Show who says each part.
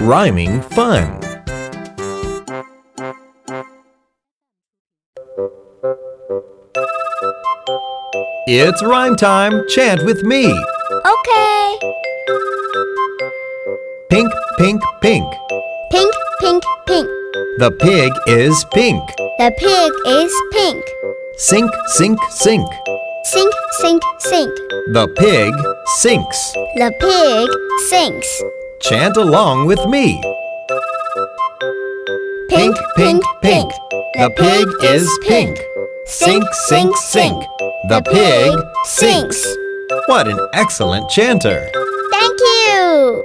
Speaker 1: Rhyming fun. It's rhyme time. Chant with me.
Speaker 2: Okay.
Speaker 1: Pink, pink, pink.
Speaker 2: Pink, pink, pink.
Speaker 1: The pig is pink.
Speaker 2: The pig is pink.
Speaker 1: Sink, sink, sink.
Speaker 2: Sink, sink, sink.
Speaker 1: The pig sinks.
Speaker 2: The pig sinks.
Speaker 1: Chant along with me. Pink, pink, pink. The pig is pink. Sink, sink, sink. The pig sinks. What an excellent chanter!
Speaker 2: Thank you.